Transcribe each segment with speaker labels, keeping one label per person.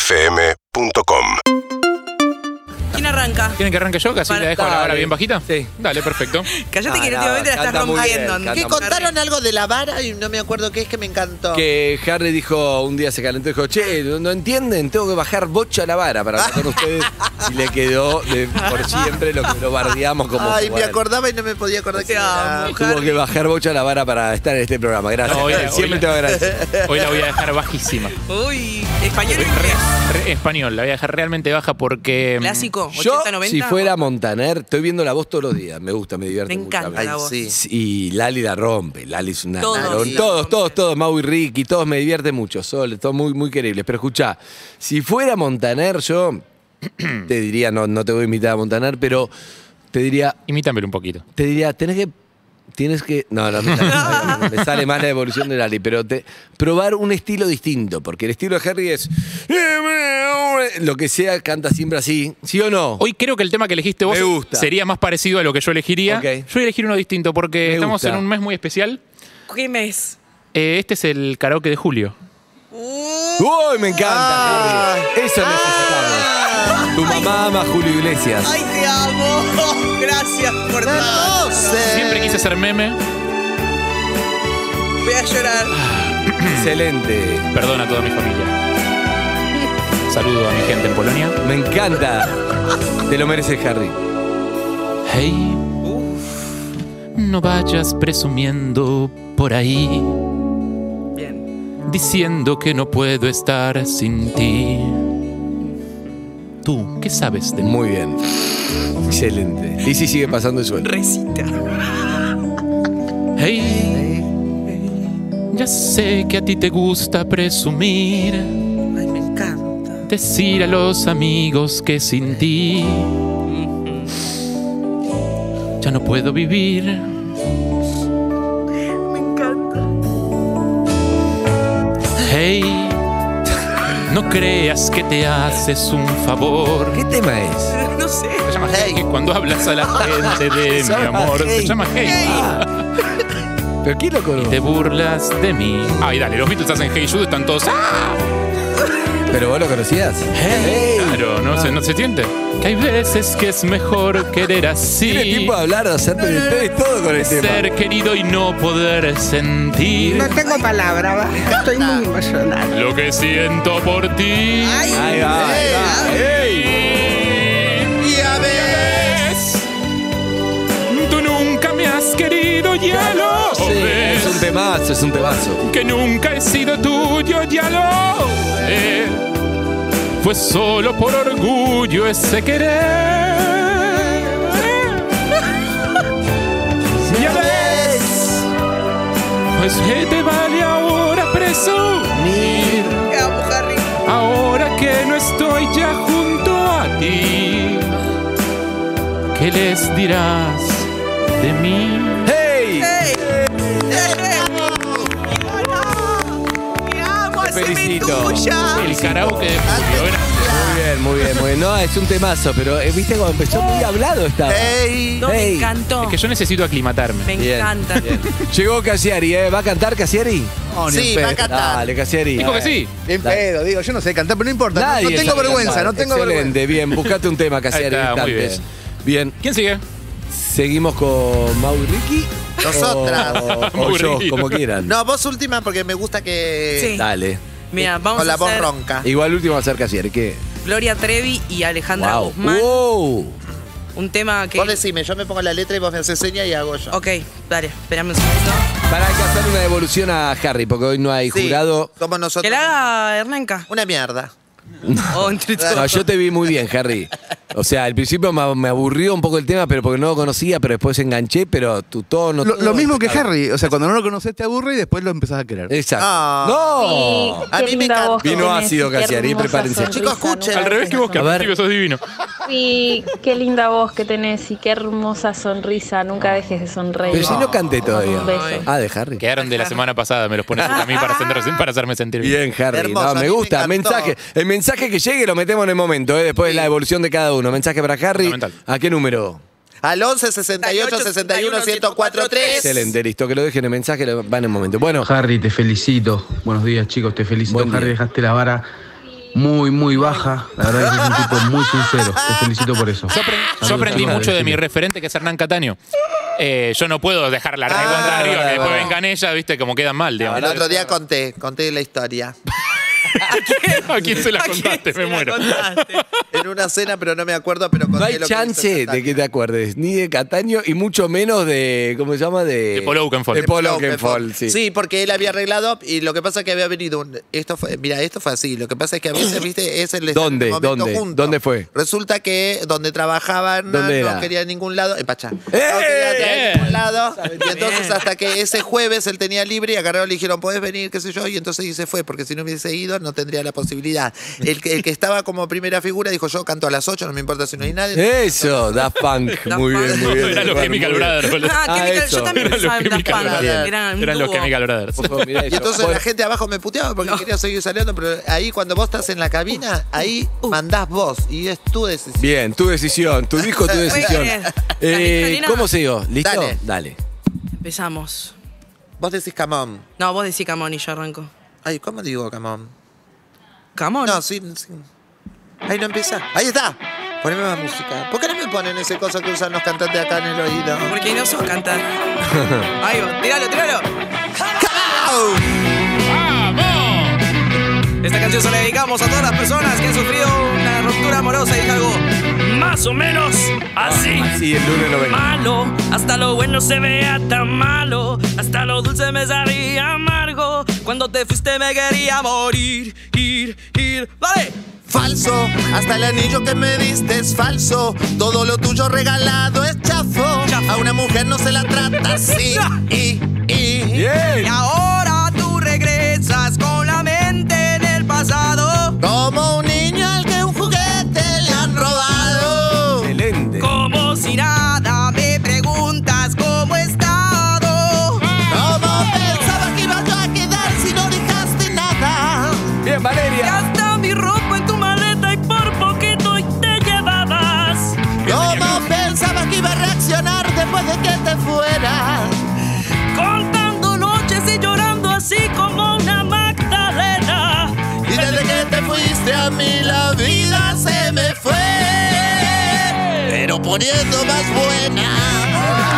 Speaker 1: UrbanaPlayFM.com
Speaker 2: ¿Quién arranca?
Speaker 3: ¿Quieren que arranque yo? Que así
Speaker 2: Para-
Speaker 3: la dejo la vara
Speaker 4: dale.
Speaker 3: bien bajita.
Speaker 4: Sí.
Speaker 3: Dale, perfecto.
Speaker 2: Callate
Speaker 4: Ah,
Speaker 2: que
Speaker 4: no,
Speaker 2: últimamente la
Speaker 4: canta
Speaker 2: estás
Speaker 4: muy
Speaker 2: rompiendo. ¿Qué
Speaker 4: bien,
Speaker 5: Que
Speaker 4: canta muy
Speaker 2: contaron?
Speaker 5: contaron algo de la vara y no me acuerdo qué es que me encantó.
Speaker 4: Que Harry dijo, un día se calentó y dijo, che, no, no entienden, tengo que bajar bocha a la vara para hablar con ustedes. Y le quedó de por siempre lo que lo bardeamos como
Speaker 5: Ay, me
Speaker 4: jugador.
Speaker 5: acordaba y no me podía acordar
Speaker 2: Te
Speaker 5: que era.
Speaker 2: amo.
Speaker 4: Tuvo que bajar bocha a la vara para estar en este programa. Gracias.
Speaker 3: No, hoy-
Speaker 4: siempre
Speaker 3: hoy-
Speaker 4: te agradezco.
Speaker 3: Hoy la voy a dejar bajísima.
Speaker 2: Uy, español y inglés.
Speaker 3: Re- español, la voy a dejar realmente baja porque. mm,
Speaker 2: Clásico, 80,
Speaker 4: Yo,
Speaker 2: 90.
Speaker 4: si fuera Montaner, estoy viendo la voz todos los días. Me gusta, me divierte
Speaker 2: Me
Speaker 4: mucho.
Speaker 2: encanta la
Speaker 5: Ay,
Speaker 2: voz.
Speaker 5: sí.
Speaker 4: Y Lali la rompe, Lali es una
Speaker 2: Todos.
Speaker 4: narón.
Speaker 2: Sí.
Speaker 4: Todos, todos, todos, Mau y Ricky, todos me divierten mucho, Sol, todos muy, muy queribles. Pero escuchá, si fuera Montaner, yo te diría, no, no te voy a imitar a Montaner, pero te diría,
Speaker 3: Imítamelo un poquito.
Speaker 4: te diría, tenés que. Tienes que. No, no, me sale, mal, me sale mal la evolución de Lali, pero te, probar un estilo distinto, porque el estilo de Harry es. eh, Lo que sea, canta siempre así. ¿Sí o no?
Speaker 3: Hoy creo que el tema que elegiste vos
Speaker 4: Me gusta.
Speaker 3: sería más parecido a lo que yo elegiría.
Speaker 4: Ok.
Speaker 3: Yo voy a elegir uno distinto porque
Speaker 4: Me
Speaker 3: estamos
Speaker 4: gusta.
Speaker 3: en un mes muy especial.
Speaker 2: ¿Qué mes?
Speaker 3: Eh, este es el karaoke de julio.
Speaker 4: ¡Uy, me encanta! Harry! Eso necesitamos. Tu mamá ama a Julio Iglesias.
Speaker 2: ¡Ay, te amo! Gracias por todo.
Speaker 5: ¡Entonces!
Speaker 3: Siempre quise ser meme.
Speaker 2: Voy a llorar.
Speaker 4: Excelente.
Speaker 3: Perdona a toda mi familia. Saludo a mi gente en Polonia.
Speaker 4: Me encanta. Te lo mereces, Harry.
Speaker 3: Hey, no vayas presumiendo por ahí.
Speaker 2: Bien.
Speaker 3: diciendo que no puedo estar sin ti. Tú, ¿qué sabes de mí?
Speaker 4: Muy bien. Excelente. Y si sigue pasando el suelo.
Speaker 2: Recita.
Speaker 3: Hey, ya sé que a ti te gusta presumir,
Speaker 2: Ay, me encanta.
Speaker 3: decir a los amigos que sin ti ya no puedo vivir.
Speaker 2: Me encanta.
Speaker 3: Hey, no creas que te haces un favor.
Speaker 4: ¿Qué tema es?
Speaker 2: No sé.
Speaker 3: Se llama
Speaker 5: Hey.
Speaker 3: hey, cuando hablas a la gente de
Speaker 4: Se
Speaker 3: mi
Speaker 4: llama
Speaker 3: amor. Se
Speaker 4: hey.
Speaker 3: llama hey.
Speaker 4: ¿Pero quién lo
Speaker 3: y te
Speaker 4: conoce?
Speaker 3: burlas de mí. Ay, dale, los Beatles hacen Hey Jude, están todos. ¡Ah!
Speaker 4: ¿Pero vos lo conocías?
Speaker 3: Claro, no, Se, no se siente. Que hay veces que es mejor querer
Speaker 4: Tiene
Speaker 3: así.
Speaker 4: tiempo de hablar, de hacer ustedes todo con el tema.
Speaker 3: Ser querido y no poder sentir
Speaker 6: No tengo palabra, va. estoy muy emocionada.
Speaker 3: lo que siento por ti.
Speaker 2: Ay,
Speaker 4: Ahí va, ahí va. ¡Ey!
Speaker 3: Y a veces tú nunca me has querido, ya lo
Speaker 4: Sí, es un
Speaker 3: ves.
Speaker 4: temazo, es un temazo.
Speaker 3: que nunca he sido tuyo, ya lo sé. Fue solo por orgullo ese querer. Ya ves, pues que te vale ahora presumir,
Speaker 2: te amo, Harry.
Speaker 3: ahora que no estoy ya junto a ti. ¿Qué les dirás de mí?
Speaker 4: ¡Hey!
Speaker 2: ¡Ey! ¡Te amo!
Speaker 4: Te
Speaker 2: ¡Haceme
Speaker 4: felicito.
Speaker 2: tuya!
Speaker 3: El karaoke de Julio, ¿eh? ¿verdad?
Speaker 4: Muy bien, muy bien, muy bien. No, es un temazo, pero eh, viste cuando empezó muy hablado estaba.
Speaker 5: ¡Ey!
Speaker 2: No, me
Speaker 4: Ey.
Speaker 2: encantó.
Speaker 3: Es que yo necesito aclimatarme.
Speaker 2: Me
Speaker 4: Bien,
Speaker 2: encanta.
Speaker 4: bien. Llegó Casiari, ¿eh? ¿Va a cantar Casiari?
Speaker 5: Sí, va a cantar.
Speaker 4: Dale, Casiari.
Speaker 3: Dijo que sí.
Speaker 7: Bien pedo, digo, yo no sé cantar, pero no importa. no-
Speaker 4: Nadie
Speaker 7: no tengo
Speaker 4: sabe
Speaker 7: vergüenza,
Speaker 4: cantar.
Speaker 7: no tengo vergüenza.
Speaker 4: Excelente, bien. Buscate un tema, Casiari.
Speaker 3: Ahí está, muy
Speaker 4: instantes. Bien,
Speaker 3: ¿Quién sigue?
Speaker 4: seguimos con Mau y Ricky.
Speaker 5: Nosotras.
Speaker 4: O, o
Speaker 3: Mau y
Speaker 4: yo,
Speaker 3: Ricky.
Speaker 4: como quieran.
Speaker 5: No, vos última porque me gusta que.
Speaker 2: Sí.
Speaker 4: Dale.
Speaker 2: Mira, vamos
Speaker 5: Con la
Speaker 2: a
Speaker 5: voz
Speaker 2: hacer
Speaker 7: Ah.
Speaker 5: ronca.
Speaker 4: Igual último va a ser Casiari, que.
Speaker 2: Gloria Trevi y Alejandra
Speaker 4: wow. Uh.
Speaker 2: Guzmán.
Speaker 4: Wow.
Speaker 2: Un tema que...
Speaker 5: Vos decime, yo me pongo la letra y vos me haces seña y hago yo.
Speaker 2: Ok, dale, esperame un segundo.
Speaker 4: Para hay que hacer una devolución a Harry, porque hoy no hay
Speaker 5: Sí,
Speaker 4: jurado.
Speaker 5: Como
Speaker 2: Que
Speaker 5: nosotros.
Speaker 2: la haga Hernanca.
Speaker 5: Una mierda.
Speaker 2: O entre todos.
Speaker 4: No, yo te vi muy bien, Harry. O sea, al principio me, me aburrió un poco el tema, pero porque no lo conocía, pero después enganché, pero tu tono.
Speaker 7: Lo,
Speaker 4: todo
Speaker 7: lo mismo que
Speaker 4: impecable.
Speaker 7: Harry, o sea, cuando no lo conoces te aburre y después lo empezás a querer.
Speaker 4: Exacto.
Speaker 5: Ah.
Speaker 8: Oh.
Speaker 4: ¡No!
Speaker 5: A mí me encanta.
Speaker 4: Vino ácido, Casiari, prepárense.
Speaker 5: Chicos, escuchen.
Speaker 3: Al revés que vos, que
Speaker 4: A
Speaker 3: al
Speaker 4: ver.
Speaker 3: principio sos divino.
Speaker 8: Sí, qué linda voz que tenés y qué hermosa sonrisa. Nunca dejes de sonreír.
Speaker 4: Pero si no canté todavía.
Speaker 8: Un beso.
Speaker 4: Ah, de Harry.
Speaker 3: Quedaron de la semana pasada, me los pones a mí para, sentar- para hacerme sentir bien.
Speaker 4: Bien, Harry.
Speaker 5: Hermoso,
Speaker 4: No,
Speaker 5: a mí
Speaker 4: me
Speaker 5: me
Speaker 4: gusta.
Speaker 5: encantó.
Speaker 4: mensaje. El mensaje que llegue lo metemos en el momento, ¿eh? después de la evolución de cada uno. Mensaje para Harry.
Speaker 3: Fundamental.
Speaker 4: ¿A qué número?
Speaker 5: Al 11 68 61 1043.
Speaker 4: Excelente, listo. Que lo dejen en mensaje, lo- van en el momento. Bueno,
Speaker 9: Harry, te felicito. Buenos días, chicos, te felicito.
Speaker 4: Buen día.
Speaker 9: Harry, dejaste la vara
Speaker 1: muy, muy baja. La verdad que es un tipo muy sincero. Te felicito por eso.
Speaker 3: Yo, apren- yo
Speaker 7: Ah,
Speaker 1: Saludos,
Speaker 3: aprendí
Speaker 1: chicos.
Speaker 3: mucho de mi referente, que es Hernán Cataño. Eh, yo no puedo dejar la
Speaker 5: Ah,
Speaker 3: recontra arriba,
Speaker 5: verdad,
Speaker 3: que después
Speaker 5: verdad.
Speaker 3: vengan ellas, viste, como quedan mal, digamos.
Speaker 5: El otro día conté, conté la historia.
Speaker 3: ¿A quién se la
Speaker 2: ¿A quién
Speaker 3: contaste?
Speaker 2: se
Speaker 3: Me
Speaker 2: la
Speaker 3: muero.
Speaker 2: contaste?
Speaker 5: En una cena, pero no me acuerdo, pero conté
Speaker 4: No hay
Speaker 5: lo que
Speaker 4: chance
Speaker 5: hizo
Speaker 4: de que te acuerdes, ni de Cataño y mucho menos de, ¿cómo se llama? De,
Speaker 3: De Paul Oakenfold.
Speaker 4: De Paul
Speaker 5: No,
Speaker 4: Oakenfold,
Speaker 5: Pepo.
Speaker 4: sí.
Speaker 5: porque él había arreglado y lo que pasa es que había venido un. Esto fue, mira, esto fue así. Lo que pasa es que a veces, viste, es el
Speaker 4: ¿Dónde?
Speaker 5: el momento
Speaker 4: ¿Dónde?
Speaker 5: junto.
Speaker 4: ¿Dónde fue?
Speaker 5: Resulta que donde trabajaba Hernán
Speaker 4: ¿Dónde
Speaker 5: no
Speaker 4: era?
Speaker 5: quería ningún lado. Eh, pachá. No
Speaker 4: ¡Eh!
Speaker 5: quería tener
Speaker 3: Bien.
Speaker 5: ningún lado. Y entonces
Speaker 2: bien.
Speaker 5: hasta que ese jueves él tenía libre y agarraron y le dijeron, ¿podés venir? qué sé yo. Y entonces y se fue, porque si no hubiese ido, no tendría la posibilidad. El que, el que estaba como primera figura dijo, yo canto a las 8, no me importa si no hay nadie.
Speaker 4: Eso, Daft Punk.
Speaker 2: Daft
Speaker 4: muy bien,
Speaker 2: Punk.
Speaker 4: muy bien.
Speaker 3: Era los
Speaker 4: Muy
Speaker 3: Chemical
Speaker 4: bien.
Speaker 3: Brothers, boludo.
Speaker 2: Ah,
Speaker 4: Ah,
Speaker 2: Chemical-
Speaker 4: eso.
Speaker 2: yo también
Speaker 3: Eran los
Speaker 2: pensaba en Daft
Speaker 3: Chemical
Speaker 2: Punk.
Speaker 5: Brothers.
Speaker 2: Eran un
Speaker 3: Eran los
Speaker 2: dúo.
Speaker 3: Chemical Brothers.
Speaker 4: Ojo, mirá
Speaker 5: Y
Speaker 4: eso.
Speaker 5: entonces
Speaker 4: Bueno,
Speaker 5: la gente abajo me puteaba porque quería seguir saliendo, pero ahí cuando vos estás en la cabina, ahí mandás vos y es tu decisión.
Speaker 4: Bien, tu decisión, tu disco, tu decisión.
Speaker 2: bien.
Speaker 4: Eh,
Speaker 2: ¿Estás lista, Nina?
Speaker 4: ¿Cómo sigo? ¿Listo?
Speaker 5: Dale.
Speaker 2: Empezamos.
Speaker 5: Vos decís camón.
Speaker 2: No, vos decís Camón y yo arranco.
Speaker 5: Ay, ¿cómo digo camón?
Speaker 2: Camón.
Speaker 5: No, sí, sí. Ahí no empieza. Ahí está. Poneme más música. ¿Por qué no me ponen ese cosa que usan los cantantes acá en el oído?
Speaker 2: Porque no sos cantar. Ahí va, tiralo, tiralo.
Speaker 5: ¡Camón!
Speaker 3: ¡Vamos!
Speaker 2: Esta canción se la dedicamos a todas las personas que han sufrido una ruptura amorosa y es algo más o menos así.
Speaker 4: Sí, el lunes no vengo.
Speaker 2: Malo, hasta lo bueno se vea tan malo, hasta lo dulce me sabía amargo. Cuando te fuiste me quería morir, ir, ir. ¡Dale!
Speaker 5: Falso, hasta el anillo que me diste es falso. Todo lo tuyo regalado es chafo.
Speaker 2: Chafo.
Speaker 5: A una mujer no se la trata así. Y, y.
Speaker 2: Y
Speaker 4: Bien.
Speaker 2: ahora tú regresas con la mente en el pasado.
Speaker 5: Como un niño al que un juguete le han robado.
Speaker 4: Excelente.
Speaker 2: Como si nada me preguntas cómo he estado.
Speaker 5: ¿Cómo pensabas que iba yo a quedar si no dejaste nada?
Speaker 4: Bien,
Speaker 2: Y
Speaker 4: Valeria.
Speaker 2: hasta mi ropa en tu maleta y por poquito y te llevabas.
Speaker 5: ¿Cómo pensabas que iba a reaccionar después de que te fueras?
Speaker 2: Contando noches y llorando así como una magdalena.
Speaker 5: Y desde que te fuiste a mí la vida se me fue, pero poniendo más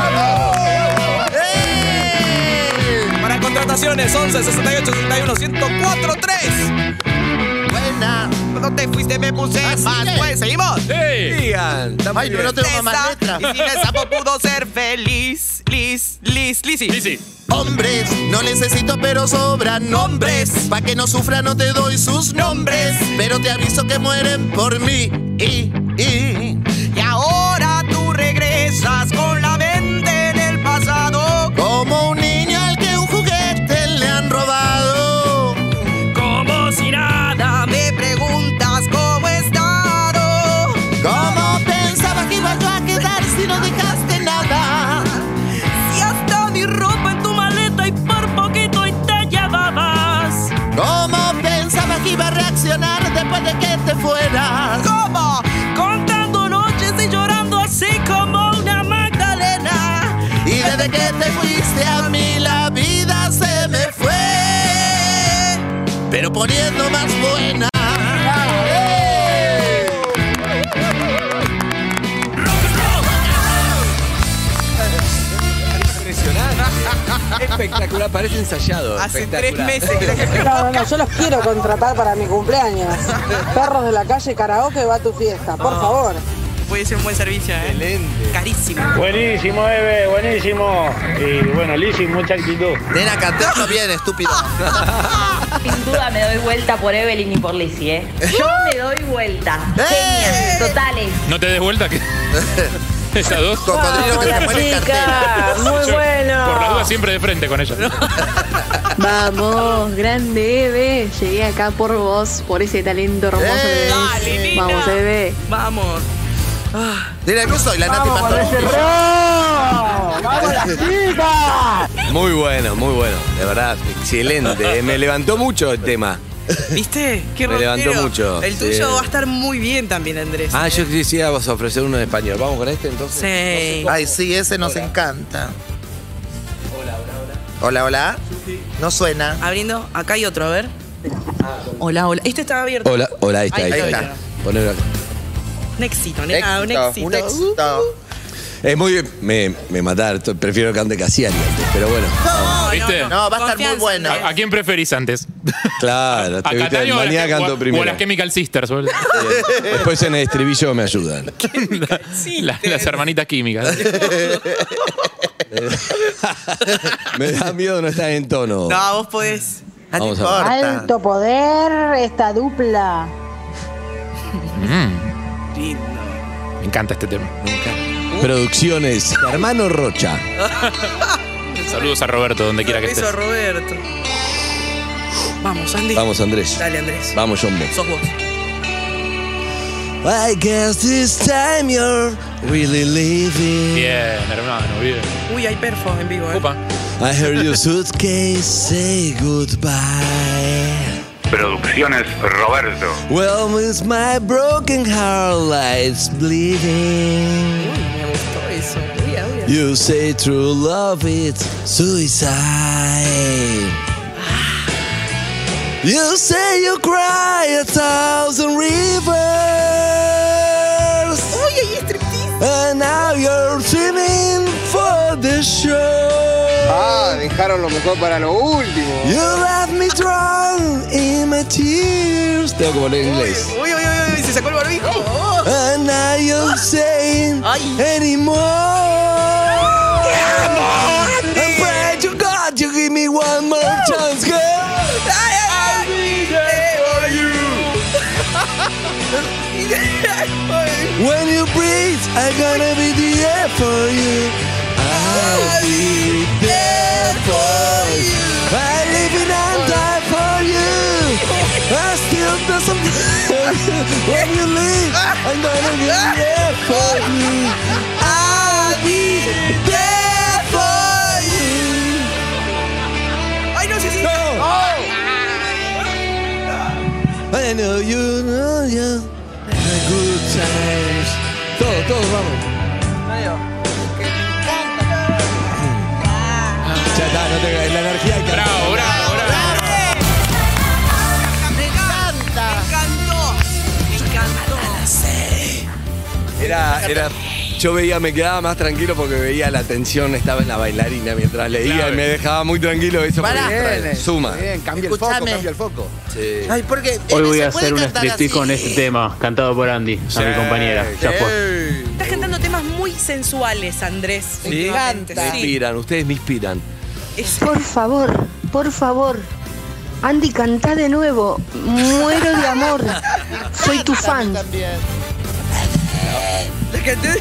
Speaker 5: buena. ¡Eh!
Speaker 2: Para contrataciones 11 68 61 104 3.
Speaker 5: Buena.
Speaker 2: Cuando te fuiste me puse
Speaker 5: Así
Speaker 2: más
Speaker 5: es.
Speaker 2: pues seguimos.
Speaker 3: ¡Sí!
Speaker 4: Digan. está muy
Speaker 5: Ay, pero no
Speaker 4: bien.
Speaker 5: tengo más
Speaker 2: Esa,
Speaker 5: letras.
Speaker 2: y sin el sapo pudo ser feliz, lis, lis, lisi.
Speaker 3: Lizzy.
Speaker 5: Hombres, no necesito pero sobran nombres. Pa' que no sufra no te doy sus nombres. Pero te aviso que mueren por mí. Y, y.
Speaker 2: Y ahora tú regresas con la mente en el pasado.
Speaker 5: Como un niño al que un juguete le han robado.
Speaker 2: Como si nada me preguntas cómo he estado.
Speaker 5: ¿Cómo pensabas que iba yo a quedar si no dejaste nada?
Speaker 2: Si hasta mi ropa en tu maleta y por poquito y te llevabas.
Speaker 5: ¿Cómo pensabas que iba a reaccionar después de que te fueras?
Speaker 2: ¿Cómo? Contando noches y llorando así como una magdalena.
Speaker 5: Y desde que te fuiste a mí la vida se me fue, pero poniendo más buena. ¡Eh!
Speaker 4: Impresionante. Espectacular, parece ensayado.
Speaker 2: Hace tres
Speaker 4: espectacular.
Speaker 2: meses creo que
Speaker 9: No, bueno, yo los quiero contratar para mi cumpleaños. Perros de la calle karaoke va a tu fiesta, por favor.
Speaker 2: puede ser un buen servicio, ¿eh?
Speaker 4: Excelente.
Speaker 2: Carísimo.
Speaker 10: Buenísimo, Eve, buenísimo. Y bueno, Lizzy, mucha actitud.
Speaker 5: Nena, cantando bien, estúpido.
Speaker 11: Sin duda me doy vuelta por Evelyn y por Lizzie, ¿eh? Yo me doy vuelta.
Speaker 5: ¡Eh!
Speaker 11: Genial, totales.
Speaker 3: No te des vuelta que. Esas dos.
Speaker 5: Cocodrilo que te muere en cartera.
Speaker 3: Muy bueno. Por la duda siempre de frente con ella.
Speaker 8: Vamos, grande Eve. Llegué acá por vos, por ese talento hermoso
Speaker 5: ¡Eh!
Speaker 2: Dale, Nina.
Speaker 8: Vamos, Eve.
Speaker 2: Vamos.
Speaker 5: Nena, no soy la Nati Pastor.
Speaker 4: Muy bueno, muy bueno. De verdad, excelente. Me levantó mucho el tema.
Speaker 2: ¿Viste? Qué
Speaker 4: Me levantó
Speaker 2: rockero.
Speaker 4: mucho,
Speaker 2: El
Speaker 4: sí.
Speaker 2: tuyo va a estar muy bien también, Andrés.
Speaker 4: Ah, yo quisiera vos ofrecer uno en español. ¿Vamos con este entonces?
Speaker 2: Sí.
Speaker 5: Ay, sí, ese nos encanta. Hola, hola, hola. Hola, hola. No suena.
Speaker 2: Abriendo, acá hay otro, a ver.
Speaker 12: Hola, hola. Este estaba abierto.
Speaker 4: Hola, hola, ahí está,
Speaker 12: Ahí
Speaker 4: ahí está.
Speaker 12: está.
Speaker 4: ahí está. Ponelo acá.
Speaker 12: Un éxito,
Speaker 4: Ah,
Speaker 12: nena, un éxito.
Speaker 5: un éxito. Ah,
Speaker 4: Es muy. Me, me mataron, esto- prefiero que ande Casiari antes, pero bueno.
Speaker 3: ¿Viste?
Speaker 5: No, va a estar muy bueno.
Speaker 2: ¿eh?
Speaker 3: ¿A, a quién preferís antes?
Speaker 4: Claro,
Speaker 3: ¿A
Speaker 4: te viste
Speaker 3: Cataño o a las
Speaker 4: mañana
Speaker 3: que- o
Speaker 4: canto
Speaker 3: a-
Speaker 4: primero.
Speaker 3: O a las Chemical Sisters. o-
Speaker 4: Después en el estribillo me ayudan.
Speaker 3: La- las hermanitas químicas.
Speaker 4: Me da miedo no estar en tono.
Speaker 12: No, vos podés.
Speaker 4: Vamos a ver.
Speaker 13: Alto poder, esta dupla.
Speaker 3: Me encanta este tema.
Speaker 4: Producciones Hermano Rocha.
Speaker 3: Saludos a Roberto, donde quiera que
Speaker 12: Beso
Speaker 3: estés.
Speaker 12: a Roberto. Vamos, Andy.
Speaker 4: Vamos, Andrés.
Speaker 12: Dale, Andrés.
Speaker 4: Vamos, John Bo.
Speaker 12: Sos vos.
Speaker 4: I guess this time you're really leaving.
Speaker 3: Bien, hermano, bien.
Speaker 12: Uy, hay perfo en vivo, eh.
Speaker 4: I heard your suitcase say goodbye.
Speaker 14: Producciones Roberto.
Speaker 4: Well, it's my broken heart lies bleeding.
Speaker 12: Me gustó eso. Uy, uy, uy.
Speaker 4: You say true love is suicide. You say you cry a thousand rivers. And now you're swimming for the shore.
Speaker 6: Ah, dejaron lo mejor para lo último.
Speaker 4: You left me drowned in my tears. Tengo que poner en inglés.
Speaker 12: Uy, uy, uy, uy, se sacó el barbijo. Oh.
Speaker 4: And now you're saying anymore. I'm praying to God you give me one more chance, girl.
Speaker 12: I'll
Speaker 4: be there for you. When you breathe, I'm gonna be the air for you. I'll be there for you. I live and I die for you. I still do some. when you leave, I'm gonna be there for you. I'll be there for you.
Speaker 12: Ay, no sé si. Oh.
Speaker 4: I know you know you the good times. Todos, todos, vamos. Ya está, no te, la energía que.
Speaker 3: Bravo, bravo, bravo.
Speaker 12: Me encanta. Me encantó. Me encantó.
Speaker 4: Era, era. Yo veía, me quedaba más tranquilo porque veía la tensión, estaba en la bailarina mientras leía
Speaker 7: Claro.
Speaker 4: y me dejaba muy tranquilo. Eso fue
Speaker 7: Pará.
Speaker 4: extra, suma.
Speaker 7: Bien, cambia el foco,
Speaker 5: Escuchame.
Speaker 7: cambia el foco.
Speaker 4: Sí.
Speaker 5: Ay, porque.
Speaker 10: Hoy voy
Speaker 5: ¿se
Speaker 10: a
Speaker 5: puede
Speaker 10: hacer un
Speaker 5: cantar
Speaker 10: striptease
Speaker 5: así?
Speaker 10: con este tema, cantado por Andy, a mi compañera. Ya fue.
Speaker 12: Estás cantando temas muy sensuales, Andrés.
Speaker 4: ¿Sí?
Speaker 12: últimamente.
Speaker 4: Me
Speaker 12: Sí.
Speaker 4: inspiran, ustedes me inspiran.
Speaker 13: Por favor, por favor. Andy, canta de nuevo. Muero de amor. Soy tu fan.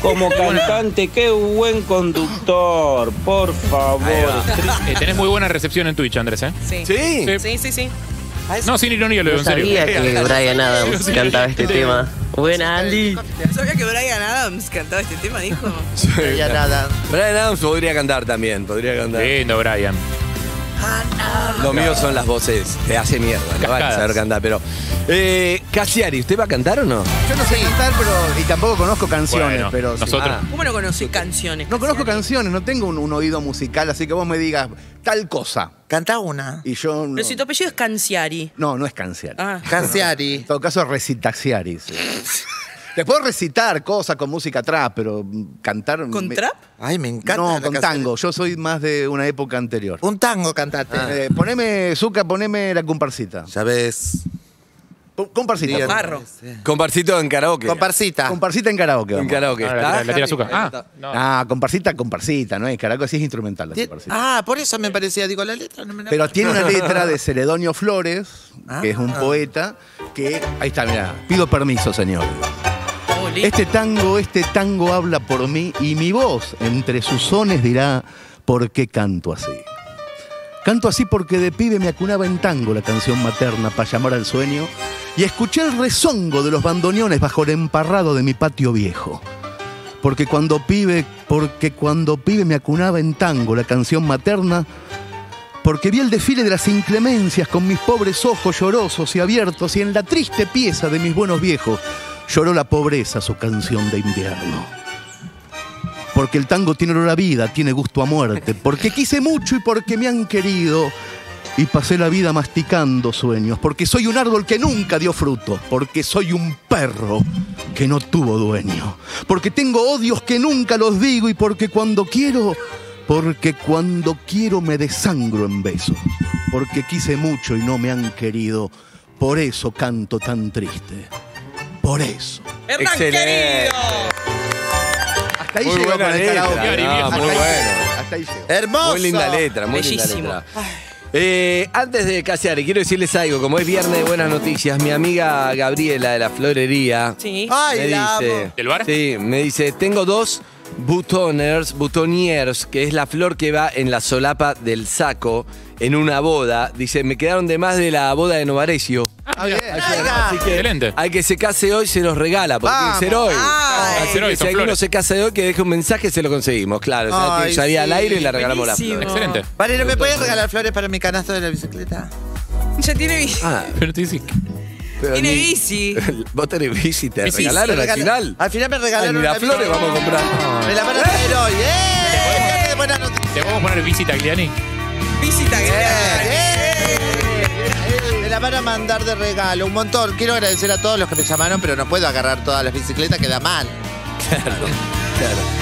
Speaker 15: Como cantante, qué buen conductor, por
Speaker 3: Ahí va.
Speaker 15: favor.
Speaker 3: Eh, tenés muy buena recepción en Twitch, Andrés, ¿eh?
Speaker 12: Sí.
Speaker 4: ¿Sí?
Speaker 12: Sí, sí, sí.
Speaker 3: No, sin ironía lo digo,
Speaker 16: No
Speaker 3: en serio.
Speaker 16: sabía que Brian Adams
Speaker 3: Sí.
Speaker 16: cantaba este tema. Buena, Andy.
Speaker 12: No sabía que Brian Adams cantaba este tema, dijo.
Speaker 5: Ya nada.
Speaker 4: Brian Adams podría cantar también, podría cantar.
Speaker 3: Lindo, Brian.
Speaker 4: Lo mío son las voces, te hace mierda, no van a
Speaker 7: Cascadas.
Speaker 4: saber cantar, pero. Eh, Casiari, ¿usted va a cantar o no?
Speaker 7: Yo no sé cantar, pero. Y tampoco conozco canciones,
Speaker 4: Bueno,
Speaker 7: pero. sí.
Speaker 4: nosotros. Ah.
Speaker 12: ¿Cómo no conocí canciones?
Speaker 7: No conozco canciones, no tengo un, un oído musical, así que vos me digas tal cosa.
Speaker 5: Canta una.
Speaker 7: Y yo. No,
Speaker 12: Pero si tu apellido es Canciari.
Speaker 7: no, no es canciari.
Speaker 12: Ah.
Speaker 5: Canciari.
Speaker 7: En todo caso, recitaxiari. sí. Te puedo recitar cosas con música trap, pero mm, cantar.
Speaker 5: ¿Con
Speaker 7: me-
Speaker 5: trap? Ay, me encanta.
Speaker 7: No,
Speaker 5: la
Speaker 7: con
Speaker 5: canción.
Speaker 7: tango. Yo soy más de una época anterior.
Speaker 5: Un tango cantate.
Speaker 7: Eh, poneme, Zuka, poneme la comparsita.
Speaker 5: ¿Sabes?
Speaker 7: Comparsita.
Speaker 5: Bien.
Speaker 12: Barro.
Speaker 4: Comparcito en karaoke.
Speaker 5: Comparsita.
Speaker 7: Comparsita en karaoke. vamos.
Speaker 4: En karaoke.
Speaker 7: Ah,
Speaker 4: ¿Está?
Speaker 7: la tira Zucca.
Speaker 4: Ahí
Speaker 7: Ah,
Speaker 4: está.
Speaker 7: Ah, comparsita, comparsita, ¿no? es karaoke sí es instrumental la comparsita.
Speaker 5: Ah, por eso me parecía, digo, la letra no me la
Speaker 7: Pero tiene una letra de Celedonio Flores, que es un
Speaker 5: Ah.
Speaker 7: poeta, que. Ahí está, mirá. Pido permiso, señor. Este tango, este tango habla por mí y mi voz entre sus sones dirá por qué canto así. Canto así porque de pibe me acunaba en tango la canción materna para llamar al sueño y escuché el rezongo de los bandoneones bajo el emparrado de mi patio viejo. Porque cuando pibe, porque cuando pibe me acunaba en tango la canción materna, porque vi el desfile de las inclemencias con mis pobres ojos llorosos y abiertos y en la triste pieza de mis buenos viejos lloró la pobreza su canción de invierno. Porque el tango tiene olor a vida, tiene gusto a muerte, porque quise mucho y porque me han querido y pasé la vida masticando sueños, porque soy un árbol que nunca dio fruto, porque soy un perro que no tuvo dueño, porque tengo odios que nunca los digo y porque cuando quiero, porque cuando quiero me desangro en besos, porque quise mucho y no me han querido, por eso canto tan triste, por eso.
Speaker 2: Hernán, querido.
Speaker 7: Hasta ahí
Speaker 4: Muy
Speaker 7: llegó
Speaker 4: buena
Speaker 7: con el
Speaker 4: letra,
Speaker 7: karaoke.
Speaker 4: no,
Speaker 7: Hasta
Speaker 4: muy
Speaker 7: ahí
Speaker 4: bueno.
Speaker 7: llegó, hasta ahí llegó.
Speaker 4: Muy linda letra, muy
Speaker 7: Bellísimo.
Speaker 4: linda letra. Eh, antes de casear, quiero decirles algo. Como es viernes de buenas noticias, mi amiga Gabriela de la florería
Speaker 2: Sí.
Speaker 5: Ay,
Speaker 4: me
Speaker 5: la
Speaker 4: dice,
Speaker 5: amo.
Speaker 4: ¿Del bar? Sí, me dice, tengo dos butoners, butoniers, que es la flor que va en la solapa del saco en una boda. Dice, me quedaron de más de la boda de Novarecio.
Speaker 7: Ah, bien.
Speaker 4: Así que
Speaker 3: Excelente.
Speaker 4: al que se case hoy se los regala, porque tiene que ser hoy.
Speaker 5: Ay.
Speaker 4: Así que
Speaker 3: Ser hoy,
Speaker 4: si
Speaker 3: son
Speaker 4: alguno
Speaker 3: flores.
Speaker 4: se casa de hoy, que deje un mensaje, se lo conseguimos, claro. O sea,
Speaker 5: Ay,
Speaker 4: que salía al
Speaker 5: sí.
Speaker 4: aire y le regalamos la
Speaker 2: Buenísimo.
Speaker 4: flor.
Speaker 3: Excelente.
Speaker 5: Valeria, ¿me puedes regalar flores para mi canasto de la bicicleta?
Speaker 12: Ya tiene bici.
Speaker 4: Ah,
Speaker 3: Pero te dice,
Speaker 4: pero
Speaker 12: Tiene
Speaker 4: ni-
Speaker 12: bici.
Speaker 4: Vos tenés bici, te
Speaker 2: Bici,
Speaker 4: regalaron
Speaker 5: Me
Speaker 4: al
Speaker 5: regala-
Speaker 4: final.
Speaker 5: Al final me
Speaker 4: Ay,
Speaker 5: regalaron
Speaker 4: ni
Speaker 5: una
Speaker 4: las flores
Speaker 5: bici.
Speaker 4: vamos a comprar.
Speaker 5: Me la van a traer hoy. ¡Eh! Viernes de buenas noticias.
Speaker 3: ¿te podemos poner visita, Gliani?
Speaker 12: Visita
Speaker 5: Eh,
Speaker 12: que
Speaker 4: Eh.
Speaker 5: Me la van a mandar de regalo, un montón. Quiero agradecer a todos los que me llamaron, pero no puedo agarrar todas las bicicletas, queda mal.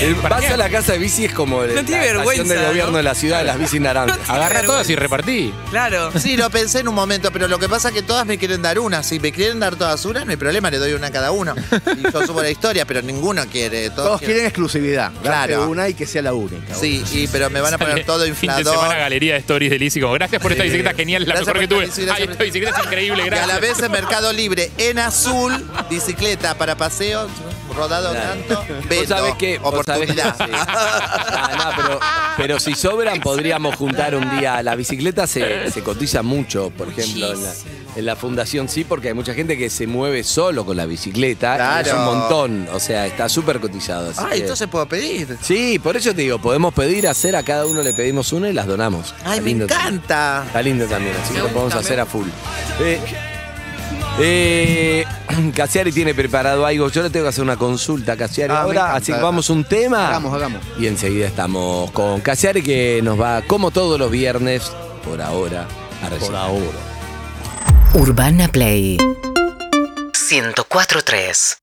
Speaker 4: El
Speaker 3: ¿Para
Speaker 4: paso
Speaker 3: qué?
Speaker 4: Eh, a la casa de bici es como el,
Speaker 12: No tiene
Speaker 4: la estación
Speaker 12: vergüenza,
Speaker 4: del gobierno
Speaker 12: ¿no?
Speaker 4: de la ciudad de las bicis naranjas.
Speaker 3: Agarra todas y repartí.
Speaker 12: Claro.
Speaker 5: Sí, lo pensé en un momento, pero lo que pasa es que todas me quieren dar una. Si me quieren dar todas una, no hay problema, le doy una a cada uno. Y yo subo la historia, pero ninguno quiere. Todos,
Speaker 7: Todos quieren exclusividad.
Speaker 5: Claro.
Speaker 7: Date Una y que sea la única.
Speaker 5: Sí, y- pero me van a poner todo
Speaker 3: Fin de semana
Speaker 5: inflador.
Speaker 3: galería de stories de Lizzy, como gracias por esta
Speaker 5: Sí.
Speaker 3: bicicleta genial, la
Speaker 5: Gracias
Speaker 3: mejor que
Speaker 5: por
Speaker 3: tuve.
Speaker 5: esta bici, gracias
Speaker 3: Ay,
Speaker 5: por
Speaker 3: esta
Speaker 5: esta-
Speaker 3: bicicleta es increíble,
Speaker 5: Y a
Speaker 3: gracias.
Speaker 5: la vez en Mercado Libre, en azul, bicicleta para paseo, rodado
Speaker 4: Claro.
Speaker 5: tanto,
Speaker 4: Vos
Speaker 5: vendo,
Speaker 4: sabés que. vos sabés que-
Speaker 5: oportunidad.
Speaker 4: sí. Ah, no, pero, pero si sobran, podríamos juntar un día. La bicicleta se, se cotiza mucho, por ejemplo, en la, en la fundación sí, porque hay mucha gente que se mueve solo con la bicicleta. y Es un
Speaker 5: Claro.
Speaker 4: montón. O sea, está súper cotizado. así
Speaker 5: Ah,
Speaker 4: que-
Speaker 5: entonces puedo pedir.
Speaker 4: Sí, por eso te digo, podemos pedir hacer, a cada uno le pedimos una y las donamos.
Speaker 5: Ay,
Speaker 4: Está
Speaker 5: me
Speaker 4: lindo también.
Speaker 5: encanta.
Speaker 4: Está lindo también, así que
Speaker 12: Me
Speaker 4: lo
Speaker 12: gusta,
Speaker 4: podemos
Speaker 12: me
Speaker 4: hacer a full. Eh, eh, Cassiari tiene preparado algo. Yo le tengo que hacer una consulta a Cassiari
Speaker 7: Ah, me
Speaker 4: ahora,
Speaker 7: encanta.
Speaker 4: así que vamos un tema.
Speaker 7: Hagamos, hagamos.
Speaker 4: Y enseguida estamos con Cassiari que nos va, como todos los viernes, por ahora, a Por ahora.
Speaker 17: Urbana Play 104.3